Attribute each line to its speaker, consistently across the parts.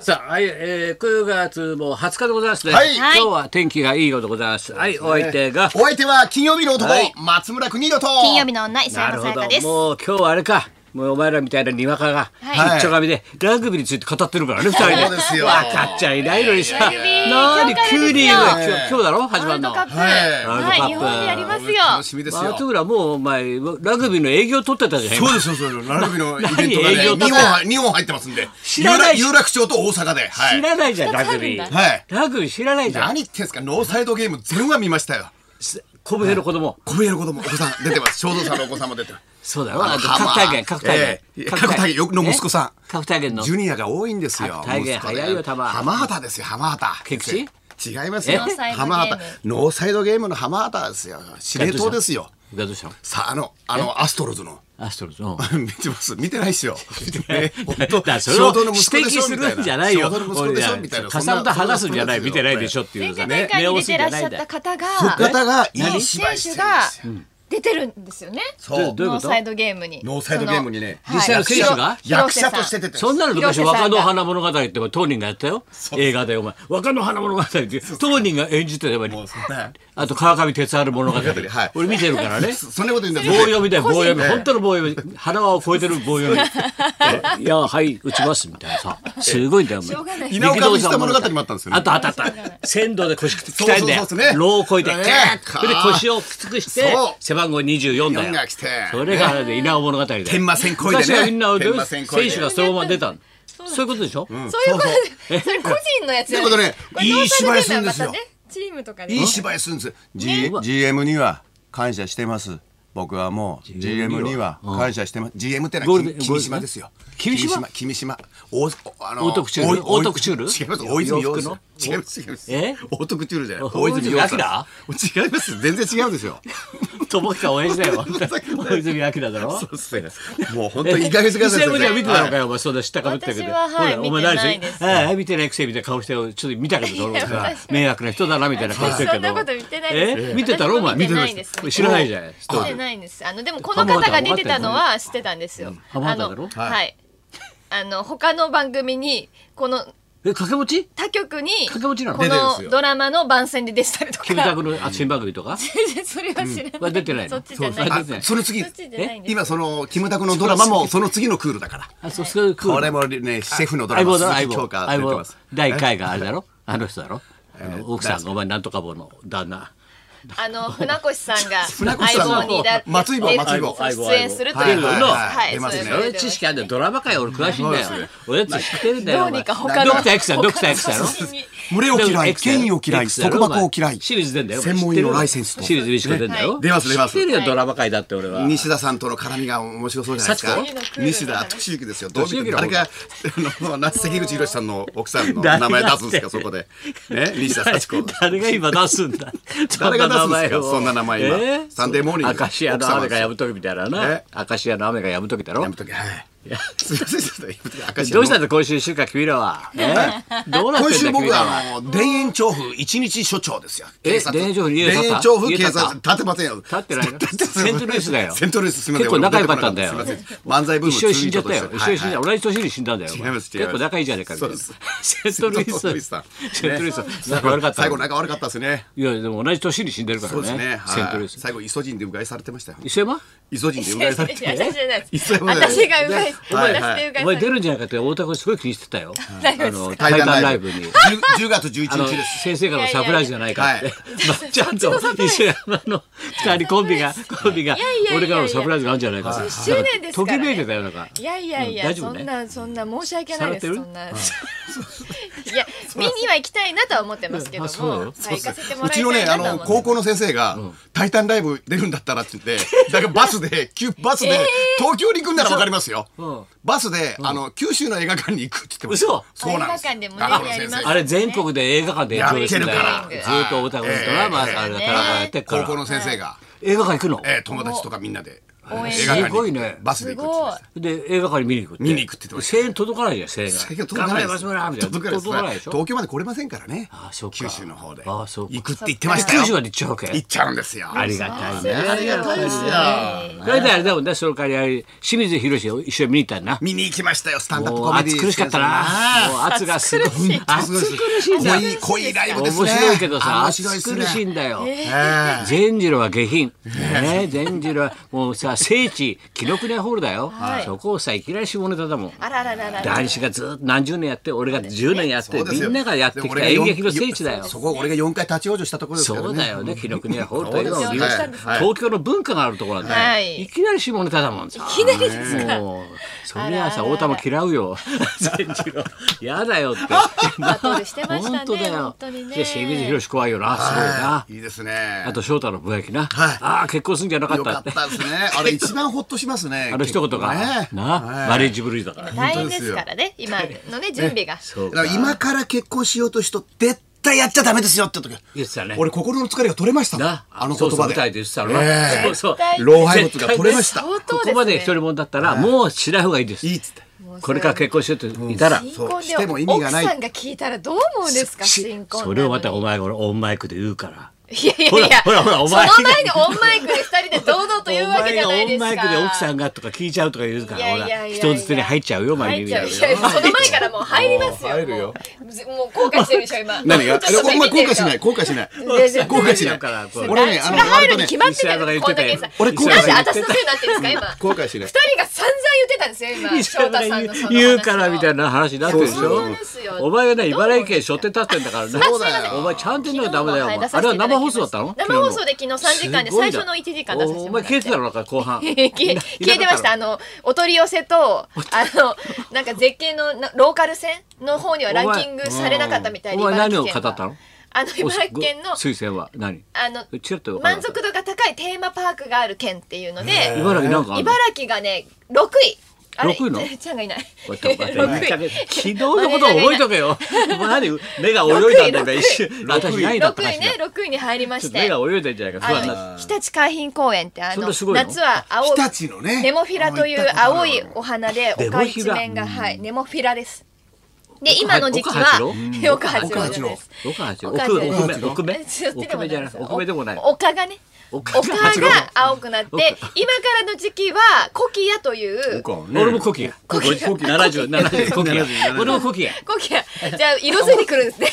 Speaker 1: さあ、はい、えー、9月も20日でございますね。
Speaker 2: はい
Speaker 1: 今日は天気がいいようでございます。はい、お相手が。
Speaker 2: お相手は金曜日の男、
Speaker 1: はい
Speaker 2: 松村邦洋と
Speaker 3: 金曜日の女磯
Speaker 1: なる
Speaker 3: 山さ
Speaker 1: ほ
Speaker 3: や
Speaker 1: ど
Speaker 3: かです。
Speaker 1: もう今日はあれか。もうお前らみたいなにわかが、
Speaker 3: はい
Speaker 1: 一丁紙でラグビーについて語ってるからね、二人で。
Speaker 2: そうですよ
Speaker 1: 分かっちゃいないのにさ。
Speaker 3: ラグビー
Speaker 1: なに
Speaker 3: 今日からですよ
Speaker 1: 急に今日今日だろ始ま
Speaker 3: ワー
Speaker 1: る
Speaker 3: ル
Speaker 1: の
Speaker 3: ド。カップ、
Speaker 2: はい
Speaker 3: はい、日本でやりますよ。
Speaker 2: 楽しみですよ
Speaker 1: 松村もうお前ラグビーの営業取ってたじゃん。今
Speaker 2: そうですよそうですよラグビーのイベントが
Speaker 1: 何営業とか
Speaker 2: ね日本は日本入ってますんで
Speaker 1: 知らない
Speaker 2: 有楽有楽町と大阪では
Speaker 1: 知
Speaker 2: い
Speaker 1: らないじゃんラグビー。
Speaker 2: はい
Speaker 1: ラグビー知らないじゃん。
Speaker 2: 何言ってんすかノーサイドゲーム全話見ましたよ
Speaker 1: 小平の子供。
Speaker 2: 小部屋の子供お子さん出てます正蔵さんのお子さんも出 てます
Speaker 1: そうだ
Speaker 2: あ
Speaker 1: ろ。
Speaker 2: の
Speaker 1: あと
Speaker 2: ハマ
Speaker 1: 各
Speaker 2: ー
Speaker 1: 体験各体
Speaker 2: ええ
Speaker 1: 験
Speaker 2: 各体験の息子さん
Speaker 1: え各体験の
Speaker 2: ジュニアが多いんですよ
Speaker 1: 大変早いよ球
Speaker 2: 浜畑ですよ浜畑
Speaker 1: 菊池
Speaker 2: 違いますよ
Speaker 1: えノー
Speaker 3: サイドゲーム
Speaker 2: 浜畑ノーサイドゲームの浜畑ですよ司令塔ですよ
Speaker 1: でどうしたの
Speaker 2: さああのあのアストロズの
Speaker 1: アストロズの
Speaker 2: 見てます見てないっすよ。ね本当
Speaker 1: だそれ
Speaker 2: 衝
Speaker 1: を
Speaker 2: 動の
Speaker 1: 指
Speaker 2: 息子で
Speaker 1: 摘
Speaker 2: しょ
Speaker 1: するんじゃないよ。
Speaker 2: 衝動の息子でしょみたいな。
Speaker 1: かさぶた話すんじゃない、見てないでし
Speaker 2: ょ。
Speaker 1: ょってい
Speaker 3: 前
Speaker 1: うさ
Speaker 3: 回
Speaker 1: ね
Speaker 3: 大。会に
Speaker 1: 押
Speaker 3: 出
Speaker 1: す
Speaker 3: てらっしゃった方が、
Speaker 2: 方がい
Speaker 3: い
Speaker 2: い
Speaker 3: い
Speaker 2: 芝居して
Speaker 3: 選
Speaker 2: る
Speaker 3: 手
Speaker 2: ん
Speaker 3: が
Speaker 2: ですよ。
Speaker 3: 出てるんですよね。
Speaker 2: そう
Speaker 1: どういうこ
Speaker 3: ノー
Speaker 1: と
Speaker 3: サイドゲームに。
Speaker 2: ノーサイドゲームにね
Speaker 3: そ
Speaker 1: 実際の選手が
Speaker 3: はい
Speaker 2: 役者として
Speaker 3: 広瀬さん
Speaker 2: 出てる。
Speaker 1: そんなの昔、
Speaker 3: 広瀬さん
Speaker 1: 若
Speaker 3: が
Speaker 1: 野花物語って当人がやったよ。映画でお前、若野花物語って当人が演じてたよ。
Speaker 2: もうそんな
Speaker 1: あと川上哲治物語
Speaker 2: はい。
Speaker 1: 俺見てるからね。
Speaker 2: そそんなこと言うんだ。
Speaker 1: 棒読みだよ、棒読み。
Speaker 2: 個人
Speaker 1: 本当の棒読み。花輪を超えてる棒読 み。いや、はい、打ちます、みたいなさ。すごいんだよ、お前
Speaker 3: しょうがない
Speaker 2: 稲岡藤下物語もあったんですよね
Speaker 1: あとあったあった。鮮度で腰くっつきたいんだよ
Speaker 2: そうそうそうそうです。ね
Speaker 1: ローを超えて、
Speaker 2: ね
Speaker 1: それで腰をくっつくして
Speaker 2: そう、
Speaker 1: 背番号24だ
Speaker 2: 日本
Speaker 1: よ
Speaker 2: が来て。
Speaker 1: それがあれで稲尾物語だよ。
Speaker 2: 天馬戦こいでね
Speaker 1: 昔はみんな、
Speaker 2: 天馬
Speaker 1: 選
Speaker 2: 戦こいで
Speaker 1: 手がそのまま出たのそういうことでしょ
Speaker 3: そういうことで、それ個人のやつじゃな
Speaker 2: というこ
Speaker 3: い
Speaker 2: とで
Speaker 3: これノーサイドゲーム
Speaker 2: いい芝
Speaker 3: はまた
Speaker 2: 居するんですよ
Speaker 3: ねチームとかで。
Speaker 2: いい芝居するんです。G
Speaker 1: うわ
Speaker 2: GM には感謝してます。僕はもう GM には感謝してます。GM っての
Speaker 1: ゴー
Speaker 2: は
Speaker 1: ルデン
Speaker 2: 君君島ですよ。
Speaker 1: 君島
Speaker 2: 君島君島大あの
Speaker 1: オートクチュール
Speaker 2: 大
Speaker 1: オートクチュール
Speaker 2: 違います。大泉洋さん
Speaker 1: 洋服
Speaker 2: 違います違います。
Speaker 1: え
Speaker 2: オートクチュールじゃない。
Speaker 1: お
Speaker 2: 大泉洋さん。
Speaker 1: 大
Speaker 2: 違います。全然違うんで すよ。
Speaker 1: 友近応援した よ。大泉明だろ。
Speaker 2: そうっすね。もう本当に一 ヶ月間
Speaker 1: 伊勢山ちゃん見てたのか
Speaker 2: よ。
Speaker 1: よ、お前、そうだ、知ったかぶったけど。
Speaker 3: 私ははい
Speaker 1: ほらお前何し
Speaker 3: 見てないです
Speaker 1: はいはい、見てないくせみたいな顔して、ちょっと見たけど、その
Speaker 3: いや私は
Speaker 1: 迷惑な人だな、みたいな顔してるけど。
Speaker 3: 私そんなこと見てないです
Speaker 1: え見てたろ、お前。
Speaker 3: 私も見てないです
Speaker 1: 見てな知らないじゃない。スト
Speaker 3: 来
Speaker 1: ーリ
Speaker 3: て
Speaker 1: ー
Speaker 3: ないんです。あのでもこの方が出てたのは知ってたんですよ。
Speaker 1: 浜
Speaker 3: あ
Speaker 1: 田だ
Speaker 3: の
Speaker 1: ろ
Speaker 2: はい
Speaker 3: はい。あの他の番組にこの
Speaker 1: え、掛け持ち
Speaker 3: 他局に
Speaker 1: 掛け持ちなの
Speaker 3: こ
Speaker 2: 出てるんですよ
Speaker 3: のドラマの番宣で出てたりと
Speaker 1: キム タ
Speaker 3: か
Speaker 1: クのあ新番組と か
Speaker 3: 全然それは知らない、
Speaker 1: は出てないの
Speaker 3: そっちじゃ
Speaker 1: そう
Speaker 3: な
Speaker 1: そう
Speaker 3: い
Speaker 1: あ
Speaker 2: あその次
Speaker 3: そっちじゃないんです
Speaker 2: 今そのキムタクのドラマもその次のクールだから。
Speaker 1: あ、そう、そういうクール
Speaker 2: これもねシェフのドラ
Speaker 1: 相棒
Speaker 2: マ
Speaker 1: だろ、
Speaker 2: 鈴
Speaker 1: 相
Speaker 2: 木
Speaker 1: 棒。
Speaker 2: 京香
Speaker 1: 相
Speaker 2: 出て
Speaker 1: 棒
Speaker 2: ます。。
Speaker 1: 第1回があれだろあの人だろあの奥さんがお前なんとか坊の旦那。
Speaker 3: あの船越さん が
Speaker 2: 船越さんの
Speaker 3: 相棒にだって
Speaker 2: 松井坊松井坊
Speaker 3: 出演すると
Speaker 2: はいいうはいはい
Speaker 3: はい
Speaker 2: 出ますね
Speaker 3: そ
Speaker 1: 俺
Speaker 3: れ
Speaker 1: 知識あるんだよ。ドラマ界俺詳しいんだよ。俺たち知ってるんだよ。
Speaker 3: どうにか他の
Speaker 1: ドクター X だろ、ドクター X だろ。
Speaker 2: 群れを嫌い、権威を嫌い、束縛を嫌い。
Speaker 1: シリーズ出んだよ。
Speaker 2: 専門医のライセンスと。
Speaker 1: シリーズ美子出んだよ。
Speaker 2: ね出ます出ます
Speaker 1: 知ってるよ、ドラマ界だって俺は。
Speaker 2: 西田さんとの絡みが面白そうじゃないです
Speaker 1: 幸
Speaker 2: か
Speaker 1: 子
Speaker 2: 西田敏行ですよどう見
Speaker 1: 敏
Speaker 2: て
Speaker 1: 行
Speaker 2: も
Speaker 1: の方
Speaker 2: あれがあの関口宏さんの奥さん の
Speaker 1: 誰が
Speaker 2: 名前出すんですかそこで ね西田幸子
Speaker 1: 誰が今出すんだ。
Speaker 2: 誰が出すんですか
Speaker 1: を
Speaker 2: そんな名前今
Speaker 1: えー
Speaker 2: サンデーモーニング
Speaker 1: アカシアの雨が止む時みたいなな
Speaker 2: え。
Speaker 1: アカシアの雨が止む時だろ
Speaker 2: や。めとけはいすいませんちょっとやめとけ赤字
Speaker 1: どうしたんだ今週一週間君らは。えーどうなってんだ
Speaker 2: 今週僕
Speaker 1: 君ら
Speaker 2: はあの田園調布一日署長ですよ。
Speaker 1: え
Speaker 2: 警察
Speaker 1: 田園調布家立った
Speaker 2: 田園調布
Speaker 1: 家
Speaker 2: 警
Speaker 1: 立った
Speaker 2: 察立ってませんよ。
Speaker 1: 立ってないの
Speaker 2: 立ってません
Speaker 1: セントルイスだよ
Speaker 2: セントルイスすみません。
Speaker 1: 結構仲良かったんだよ
Speaker 2: 俺出てこなかったすみません漫才ブーム
Speaker 1: 一緒に死んじゃったよ。
Speaker 2: ツイートと
Speaker 1: 一
Speaker 2: して
Speaker 1: 緒に死ん
Speaker 2: はい
Speaker 1: じゃった。
Speaker 2: はい
Speaker 1: 同じ年に死んだんだよ。お前
Speaker 2: 違います違います
Speaker 1: 結構仲いいじゃねえかみたいな。
Speaker 2: そう
Speaker 1: セントルイス。
Speaker 2: セントルイスさん
Speaker 1: セントルイスさん。仲 悪かった
Speaker 2: 最
Speaker 1: の
Speaker 2: 後。仲悪かったですね。
Speaker 1: いやでも同じ年に死んでるか
Speaker 2: そうです
Speaker 1: ら
Speaker 2: ね。
Speaker 1: ね。
Speaker 2: はい
Speaker 1: セントルイス。
Speaker 2: 最後イソジンでうがいされてましたよ。
Speaker 1: 伊勢山？
Speaker 2: イソジンでう
Speaker 3: い
Speaker 2: が
Speaker 3: や
Speaker 2: い
Speaker 3: い
Speaker 2: さ
Speaker 3: や
Speaker 2: れ
Speaker 3: い
Speaker 2: て。
Speaker 3: や私じゃないです
Speaker 2: 一切もない
Speaker 3: 私がうがい
Speaker 2: はい
Speaker 3: 私でうが
Speaker 1: お
Speaker 3: い
Speaker 1: 前
Speaker 3: さ
Speaker 1: 出
Speaker 3: れ
Speaker 1: るんじゃなくて大田君すごい気にしてたよ。あの
Speaker 2: 対
Speaker 1: 対談
Speaker 2: 談ラ
Speaker 1: ライ
Speaker 2: イ
Speaker 1: ブ
Speaker 2: ブ
Speaker 1: に。
Speaker 2: 10 10月
Speaker 1: あ
Speaker 2: 11
Speaker 1: の
Speaker 2: 日です。
Speaker 1: 先生からのサプライズじゃないかって、
Speaker 2: いや
Speaker 1: まあちゃんと石山の二人コンビがコンビが
Speaker 3: いやいやいや
Speaker 1: 俺からのサプライズがあるんじゃないかって
Speaker 3: 10周年ですからね
Speaker 1: ときめいてたよなんか
Speaker 3: いやいやい
Speaker 1: うん
Speaker 3: や
Speaker 1: 大丈夫
Speaker 3: そ
Speaker 1: ね
Speaker 3: んなそんな申し訳ないです
Speaker 1: されてる
Speaker 3: そん ないや見には行きたいなとは思ってますけど
Speaker 1: あそうだよ
Speaker 3: もさあ行かせても
Speaker 2: う
Speaker 3: らいた
Speaker 2: ちのね、
Speaker 3: い
Speaker 2: あ
Speaker 3: なとは
Speaker 2: の
Speaker 3: 思って
Speaker 2: 高校の先生が、タイタンライブ出るんだったらって言って、だからバスで、急バスで、東京に行くんならわかりますよ。
Speaker 1: うん
Speaker 2: バスで、あの九州の映画館に行くって言ってました。
Speaker 1: 嘘
Speaker 2: そうなんです。
Speaker 3: 映画館でもね
Speaker 2: あの先生
Speaker 3: やります
Speaker 1: あれ全国で映画館でやってるんだよ
Speaker 2: やって
Speaker 3: る
Speaker 1: ず
Speaker 3: から
Speaker 1: ーっと大田君と
Speaker 2: え
Speaker 1: な
Speaker 2: え
Speaker 1: まああれが田中がやってっか
Speaker 2: 高
Speaker 1: ら
Speaker 2: 校の先生が、
Speaker 1: 映画館行くの
Speaker 2: えー友達とかみんなで。
Speaker 3: 応援
Speaker 2: 映
Speaker 3: し
Speaker 2: 画
Speaker 1: す
Speaker 2: 館
Speaker 3: て。
Speaker 2: に
Speaker 1: ごいね
Speaker 2: バスで行くって言ってました
Speaker 1: で映画館に見に行くって
Speaker 2: 見に行くって言ってました
Speaker 1: 声援届かないじゃん声援が
Speaker 2: 最近届かない
Speaker 1: 頑張れ松村みたいな
Speaker 2: 届かないです
Speaker 1: 届かないでしょ
Speaker 2: 東京まで来れませんからね
Speaker 1: あそうか
Speaker 2: 九州の方で
Speaker 1: あそうか
Speaker 2: 行くって言ってましたよ
Speaker 1: 九州まで行っちゃうわけ
Speaker 2: 行っちゃうんですよ
Speaker 1: ありがたいね
Speaker 2: ありがたいですよ
Speaker 1: 大体あれだもんねその代わり清水博士を一緒に見に行ったんな
Speaker 2: 見に行きましたよスタンダップ
Speaker 1: も
Speaker 2: コ
Speaker 1: う
Speaker 2: メディ
Speaker 1: 暑苦しかったなもう圧がすごい暑苦しいんだ
Speaker 2: 濃い濃いライブですね
Speaker 1: 面白いけど
Speaker 2: あ
Speaker 1: さ
Speaker 2: 面
Speaker 1: 暑
Speaker 2: 白いです
Speaker 1: 苦
Speaker 2: ね
Speaker 1: しいんだよ
Speaker 2: え
Speaker 1: 善次郎は下品ね善次郎はもうさ聖地紀ノ国屋ホールだよ
Speaker 3: はい
Speaker 1: そこをさいきなり下ネタだもん
Speaker 3: あららららら
Speaker 1: 男。子がずっと何十年やって俺が10年やっ
Speaker 2: えそ
Speaker 1: て
Speaker 2: うで
Speaker 1: み
Speaker 2: すよ
Speaker 1: んながやってき
Speaker 2: でも
Speaker 1: た
Speaker 2: 俺が
Speaker 1: 演
Speaker 2: よ
Speaker 1: 劇の聖地だよ
Speaker 2: よそこ俺が四回立ち往生したところですからね
Speaker 1: そうだよね紀ノ国屋ホールというのを利用
Speaker 3: そうです
Speaker 1: した
Speaker 3: よね
Speaker 1: 東京の文化があるところなんだ
Speaker 3: は
Speaker 1: よ
Speaker 3: い
Speaker 1: いきなり下ネタだもんさい
Speaker 3: きなりですか
Speaker 1: もうそりゃあさ
Speaker 3: あらあら
Speaker 1: 大玉嫌うよ善次郎嫌だよって
Speaker 3: 後でしてましたね
Speaker 1: 本当だよ
Speaker 3: 本当にね
Speaker 1: で清水宏怖いよなすごいな
Speaker 2: はいいいですね
Speaker 1: あと翔太のぼやきな
Speaker 2: はい
Speaker 1: ああ結婚するんじゃなかっ
Speaker 2: よ
Speaker 1: た
Speaker 2: か
Speaker 1: っ
Speaker 2: ってたですねあれ一番ほっとしますね
Speaker 1: あの一言が
Speaker 2: 結構ね
Speaker 1: な
Speaker 2: はい
Speaker 1: マレッジブルーだから
Speaker 3: 大変ですからね、今のね、準備が。
Speaker 1: そう
Speaker 2: だから今から結婚しようと人絶対やっちゃダメですよって時
Speaker 1: 言ってたね
Speaker 2: 俺心の疲れが取れましたもん
Speaker 1: な
Speaker 2: あの言
Speaker 1: そうそう
Speaker 2: 葉
Speaker 1: 舞
Speaker 2: で
Speaker 1: 台で言ってたのな
Speaker 2: ええ
Speaker 1: そうそう
Speaker 3: 対
Speaker 2: 老廃物が取れました
Speaker 1: こ
Speaker 3: 相当ですね。
Speaker 1: こまで一人もんだったらもうしない方がいいです
Speaker 2: いいっつって
Speaker 1: これから結婚しようっていたら
Speaker 3: 新
Speaker 2: そう
Speaker 3: 婚
Speaker 2: しても意
Speaker 3: で
Speaker 2: 味が
Speaker 3: 奥
Speaker 2: ない
Speaker 3: さんが聞いたらどう思うんですか新婚なのに
Speaker 1: それをまたお前俺オンマイクで言うから
Speaker 3: いやいやいや
Speaker 1: ほらほらほらお前が
Speaker 3: その前にオンマイクで二人で堂々と言うわけじゃないですか
Speaker 1: お前がオンマイクで奥さ
Speaker 3: ん
Speaker 1: んがとか聞いちゃうとか言うか
Speaker 3: い
Speaker 1: ら
Speaker 3: や
Speaker 1: ほ
Speaker 3: いやいや
Speaker 1: ら
Speaker 3: いや
Speaker 1: 人づてに入っちゃうよ前
Speaker 3: 入
Speaker 1: に
Speaker 3: っちゃういやいやその前からもう入りますよ
Speaker 2: 入るよ
Speaker 3: もうもう後悔してるでしょ今
Speaker 2: 何が
Speaker 3: ちょっと
Speaker 2: お前
Speaker 3: 見
Speaker 2: 後
Speaker 3: てる
Speaker 2: 悔
Speaker 3: で
Speaker 2: し
Speaker 3: ょ
Speaker 2: ない後悔しない
Speaker 3: 全然
Speaker 2: 後悔しない
Speaker 1: からこう
Speaker 2: 俺ね
Speaker 3: 血
Speaker 2: あ
Speaker 3: が
Speaker 2: の
Speaker 3: 入るに
Speaker 2: 割と
Speaker 3: 決
Speaker 2: ね
Speaker 3: まってた
Speaker 1: 石原が言
Speaker 3: よ
Speaker 1: って
Speaker 3: こん
Speaker 1: た
Speaker 3: だ
Speaker 1: よ
Speaker 3: けさ
Speaker 2: 俺後悔しない
Speaker 3: なんで私のせいになってるんですか
Speaker 2: 後
Speaker 3: 今
Speaker 2: 悔しない
Speaker 3: 二人が散々言ってたんですよ 今翔太さんのその話を
Speaker 1: 言うから みたいな話になってるでし
Speaker 2: そう
Speaker 1: ょ
Speaker 2: なんです
Speaker 3: よ
Speaker 1: お前がね茨城県しょって立ってんだからね
Speaker 2: そうだよ
Speaker 1: お前ちゃんとやんなきゃダメだよお前あ
Speaker 3: 昨日もはい
Speaker 1: れは生放送だったの
Speaker 3: 出させていただきました生放送で昨日3時間です
Speaker 1: ごいな
Speaker 3: 最初の1時間出させてもらって
Speaker 1: お前消えてたのなんか後半
Speaker 3: 消え消えてましたあのお取り寄せとあのなんか絶景のなローカル線の方にはランキングされなかったみたいで
Speaker 1: お前
Speaker 3: 茨城
Speaker 1: 何を
Speaker 3: 県は
Speaker 1: 語ったの
Speaker 3: あの茨城県の
Speaker 1: 推薦は何
Speaker 3: あの
Speaker 1: ちょっと分からな
Speaker 3: 満
Speaker 1: かった
Speaker 3: 足度が高いテーマパークがある県っていうので
Speaker 1: 茨城なんかあんの
Speaker 3: 茨城がね6位あれ
Speaker 1: 六位なの
Speaker 3: ちゃんがいない
Speaker 1: こうや ってこうやって言っ
Speaker 3: 6
Speaker 1: て
Speaker 3: 位
Speaker 1: 昨日のことを覚えとけよ。お前何目が泳いだんだよ今一瞬。私何位だっ
Speaker 3: 6
Speaker 1: た
Speaker 3: 位
Speaker 1: かし
Speaker 3: ね
Speaker 1: ら。
Speaker 3: 6位に入りま
Speaker 1: ちょっ
Speaker 3: し
Speaker 1: と目
Speaker 3: て
Speaker 1: が泳いでんじゃないか。不安
Speaker 3: あ
Speaker 1: になる
Speaker 3: の日立海浜公園ってあ
Speaker 1: そん
Speaker 3: の
Speaker 1: なすごいの
Speaker 3: 夏は青
Speaker 2: 日立のね
Speaker 3: ネモフィラという青いお花で
Speaker 1: ネモフィラ
Speaker 3: 丘一面がはいネモフィラです
Speaker 1: 岡八
Speaker 3: で今の時期
Speaker 1: 岡
Speaker 3: は
Speaker 1: 八
Speaker 3: 岡八郎
Speaker 2: 岡八
Speaker 3: で
Speaker 2: 郎
Speaker 3: す
Speaker 1: 六八
Speaker 3: 岡八
Speaker 1: 奥
Speaker 3: 郎
Speaker 1: 奥目
Speaker 2: で
Speaker 1: 奥目
Speaker 2: す
Speaker 3: ちょっと
Speaker 1: 奥目じゃない
Speaker 3: でも
Speaker 1: 奥目でもない。
Speaker 3: お丘がね
Speaker 1: 丘
Speaker 3: 丘が青くなって今
Speaker 1: 丘
Speaker 3: からの時期はコキアというコ
Speaker 1: 俺もコキや。
Speaker 3: コキ
Speaker 1: コキ七十七十コキや。俺もコキや。
Speaker 3: キアじゃあ色づいてくるんですね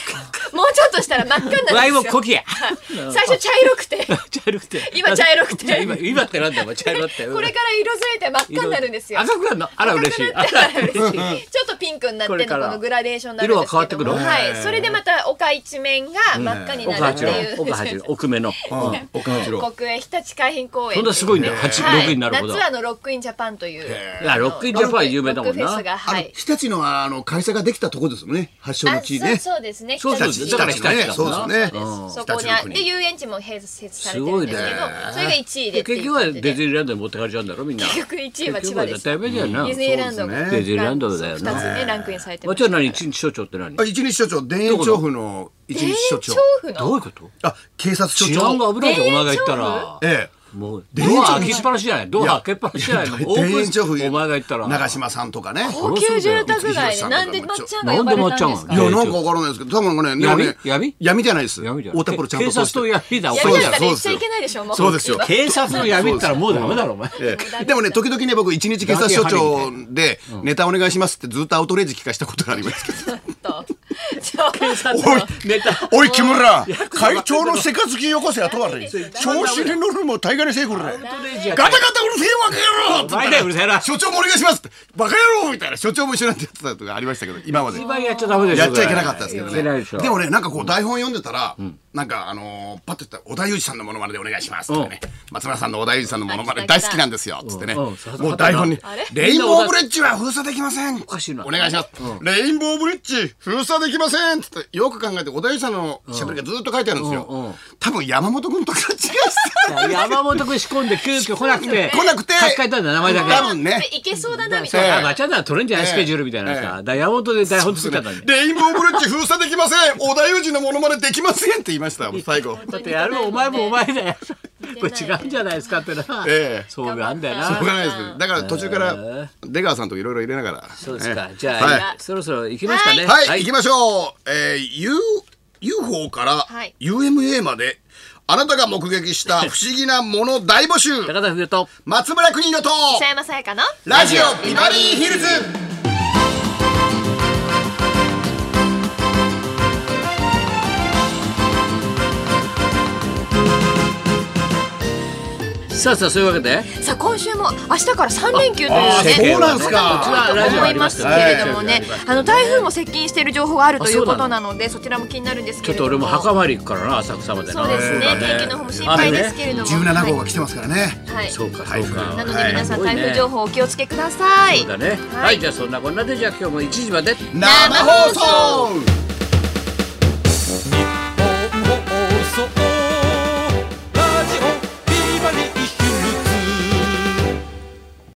Speaker 3: もうちょっとしたら真っ赤になるんですよ
Speaker 1: ワイもコキや。
Speaker 3: はい最初茶色くて
Speaker 1: 茶色くて。
Speaker 3: 今茶色くて
Speaker 1: じゃあ 今今ってなんだよお前茶色って。
Speaker 3: これから色づいて真っ赤になるんですよ
Speaker 1: 赤くなるの。あら嬉しい。
Speaker 3: 赤くなってる嬉しいちょっとピンクになって
Speaker 1: こ
Speaker 3: ん
Speaker 1: れ
Speaker 3: の
Speaker 1: か
Speaker 3: こ
Speaker 1: ら
Speaker 3: のグラデーションになるんですけど
Speaker 1: 色が変
Speaker 3: も
Speaker 1: わってくの
Speaker 3: はいそれでまた丘一面が真っ赤に
Speaker 1: 奥
Speaker 3: なるっ
Speaker 1: 八
Speaker 3: て
Speaker 1: 郎
Speaker 3: いう、
Speaker 1: 奥八郎奥目の。
Speaker 2: うん岡八郎
Speaker 3: 国営ひたち海浜公園
Speaker 1: そんなすごいんだよ。八
Speaker 3: はい
Speaker 1: 六になるほど。
Speaker 3: 夏はあのロックインジャパンという
Speaker 2: へ
Speaker 1: いやロックインジャパン有名だもん
Speaker 3: ロックフェ
Speaker 1: な
Speaker 3: ス。が
Speaker 2: あ
Speaker 3: は
Speaker 2: の
Speaker 3: い
Speaker 2: 日立のあの会社ができたとこですもんね発祥の
Speaker 3: あ
Speaker 2: 地
Speaker 3: そう
Speaker 2: ね
Speaker 3: そうですね
Speaker 1: そうそう
Speaker 3: 日立
Speaker 1: だから
Speaker 2: 日
Speaker 1: 日立
Speaker 2: 立
Speaker 1: だ
Speaker 2: ね
Speaker 1: もん
Speaker 2: そ
Speaker 1: な
Speaker 2: うですね
Speaker 1: うん
Speaker 3: そこにあ
Speaker 2: 日立の国
Speaker 3: で遊園地も併設されてるんです
Speaker 1: すごい
Speaker 3: けど
Speaker 1: ね
Speaker 3: それが1位でっていう
Speaker 1: 結局はディズニーランドに持ってかれちゃうんだろみんな。
Speaker 3: 結局一位は千葉です
Speaker 1: 結局はだよな。
Speaker 3: ディズニーランド
Speaker 2: そう
Speaker 3: が
Speaker 2: です
Speaker 1: ディ
Speaker 2: ね
Speaker 1: ズニーランドだよ
Speaker 3: 2つ
Speaker 1: な。
Speaker 3: ねランクインされて
Speaker 1: ま
Speaker 3: ま
Speaker 1: あ
Speaker 3: す
Speaker 1: じゃあ何一日署長って何？
Speaker 2: あ
Speaker 1: どうい
Speaker 2: 一日署長田園調布の一日署長
Speaker 3: 府の
Speaker 1: うこと？
Speaker 2: あ警察署
Speaker 1: 治安
Speaker 2: 長
Speaker 1: が危ないぞお
Speaker 3: 田
Speaker 1: 前
Speaker 3: 園調布
Speaker 1: が言ったら。
Speaker 2: ええ
Speaker 1: もう
Speaker 2: 田
Speaker 1: ド
Speaker 2: 園
Speaker 1: ア
Speaker 2: 調布
Speaker 1: 開けっぱなしじゃない。ドア開けっぱなしじゃないの。オ
Speaker 2: 田
Speaker 1: ープン
Speaker 2: 園調布
Speaker 1: お前が言ったら。
Speaker 2: 長嶋さんとかね
Speaker 3: 高級住宅街でなんでまっちゃんが呼ばれたんです
Speaker 1: な
Speaker 3: か
Speaker 2: い
Speaker 1: んでまっちゃんが
Speaker 2: やなんかわからないですけど多分ねでもね
Speaker 1: 闇闇
Speaker 2: 闇じゃないです
Speaker 1: 闇じゃない
Speaker 2: 太田プロちゃんと
Speaker 1: 警察と闇だ
Speaker 3: や
Speaker 1: そう
Speaker 3: め
Speaker 1: で
Speaker 3: ち
Speaker 1: すよ
Speaker 3: ゃったら言っちゃいけないでしょも
Speaker 2: そうですよ
Speaker 1: 警察の闇ったらもうダメだろお前。
Speaker 2: ええでもね時々ね僕一日警察署長でネタお願いしますってずっとアウトレイジ聞かしたことがありますけど
Speaker 3: ちょっとちょっと
Speaker 2: おい
Speaker 1: ネタ。
Speaker 2: おい木村会長のせかずきよこせ後悪い
Speaker 3: そう
Speaker 2: 調子に乗るも大概にせえこれガタガタうるせえわ
Speaker 1: 毎回
Speaker 2: けやろ
Speaker 1: うるせえな。
Speaker 2: 所長もお願いしますってバカ野郎みたいな所長も一緒なんてやってたとかありましたけど今まで
Speaker 1: 一番やっちゃダメでしょ。
Speaker 2: やっちゃいけなかったですけど
Speaker 1: やっちゃいけないで
Speaker 2: ね
Speaker 1: しょ。
Speaker 2: でもね、なんかこう台本読んでたら、なんかあのー、パッと言ったら、小田裕二さんのモノマネでお願いしますとかね。松村さんの小田裕二さんのモノマ
Speaker 3: あ
Speaker 2: ネ
Speaker 3: 来た
Speaker 2: 大
Speaker 3: 来た
Speaker 2: 好きなんですよ。つってね。
Speaker 1: うん
Speaker 2: も
Speaker 1: うん
Speaker 2: う台本に
Speaker 3: あれ、
Speaker 2: レインボーブレッジは封鎖できません。お
Speaker 1: かしいな
Speaker 2: 願いします。レインボーブレッジ封鎖できません。つって、よく考えて小田裕二さんの喋りがずっと書いてあるんです
Speaker 1: うんうん
Speaker 2: よ。多分山本君と勘違いして
Speaker 1: 山本君仕込んで急遽来なくて
Speaker 2: 来なくて
Speaker 1: 書き換えたんだ名前だけ
Speaker 2: 多分ね
Speaker 3: いけそうだなみ
Speaker 1: そう
Speaker 3: たい
Speaker 1: あ
Speaker 3: な
Speaker 1: まあちゃんとは取れんじゃない
Speaker 2: ええ
Speaker 1: スケジュールみたいなさだから山本で台本作ったんだね
Speaker 2: レインボーブレッジ封鎖できません。小田裕二のモノマネできませんって言いました。最後。
Speaker 1: だってやるお前もお前だよこれ違うんじゃないですかってな、
Speaker 2: ええ
Speaker 1: そういうのあんだよ
Speaker 3: 頑張
Speaker 2: 僕
Speaker 1: な
Speaker 2: は
Speaker 3: っ
Speaker 2: ないですけどだから途中か
Speaker 1: え
Speaker 2: ら出川さんといろいろ入れながら
Speaker 1: そうですか
Speaker 2: ええ
Speaker 1: じゃあ、
Speaker 2: はい
Speaker 1: そろそろ行きますかね
Speaker 2: はい、行きましょう。えー、U、UFO から
Speaker 3: はい
Speaker 2: UMA まで、あなたが目撃 した不思議なもの大募集
Speaker 1: 高田冬と
Speaker 2: 松村邦洋と、
Speaker 3: 磯山さやかの
Speaker 2: ラジオビバリーヒルズ
Speaker 1: さあさあそういうわけで
Speaker 3: さあ今週も明日から三連休という
Speaker 2: あ
Speaker 3: ね
Speaker 2: そうなんすか
Speaker 1: こっちはラジオ
Speaker 3: 思
Speaker 1: あ
Speaker 3: い
Speaker 1: り
Speaker 3: ま
Speaker 1: ます
Speaker 3: す
Speaker 1: よ
Speaker 3: け
Speaker 1: ね
Speaker 3: れどもね、あの台風も接近している情報があるというこ
Speaker 1: あそう
Speaker 3: と
Speaker 1: な
Speaker 3: なので、そちらも気になるんですけ
Speaker 1: ちょっ
Speaker 3: れ
Speaker 1: と
Speaker 3: ども。
Speaker 1: 俺も墓参り行くからな浅草までな
Speaker 3: そうですね
Speaker 1: なん、か
Speaker 3: 天気の方も心配ですけれども。
Speaker 4: 17号が来てますからね。
Speaker 3: はい。
Speaker 1: そうかそうか
Speaker 3: なの
Speaker 1: は
Speaker 3: で
Speaker 1: い
Speaker 3: 皆さ
Speaker 1: す
Speaker 3: ん
Speaker 1: ごい
Speaker 3: 台
Speaker 1: ね
Speaker 3: 風情報お気をつけください。
Speaker 1: そうだねはい、
Speaker 3: はい
Speaker 1: じゃあそんなこんなでじゃあ今日も1時まで
Speaker 2: 生放送
Speaker 5: 放送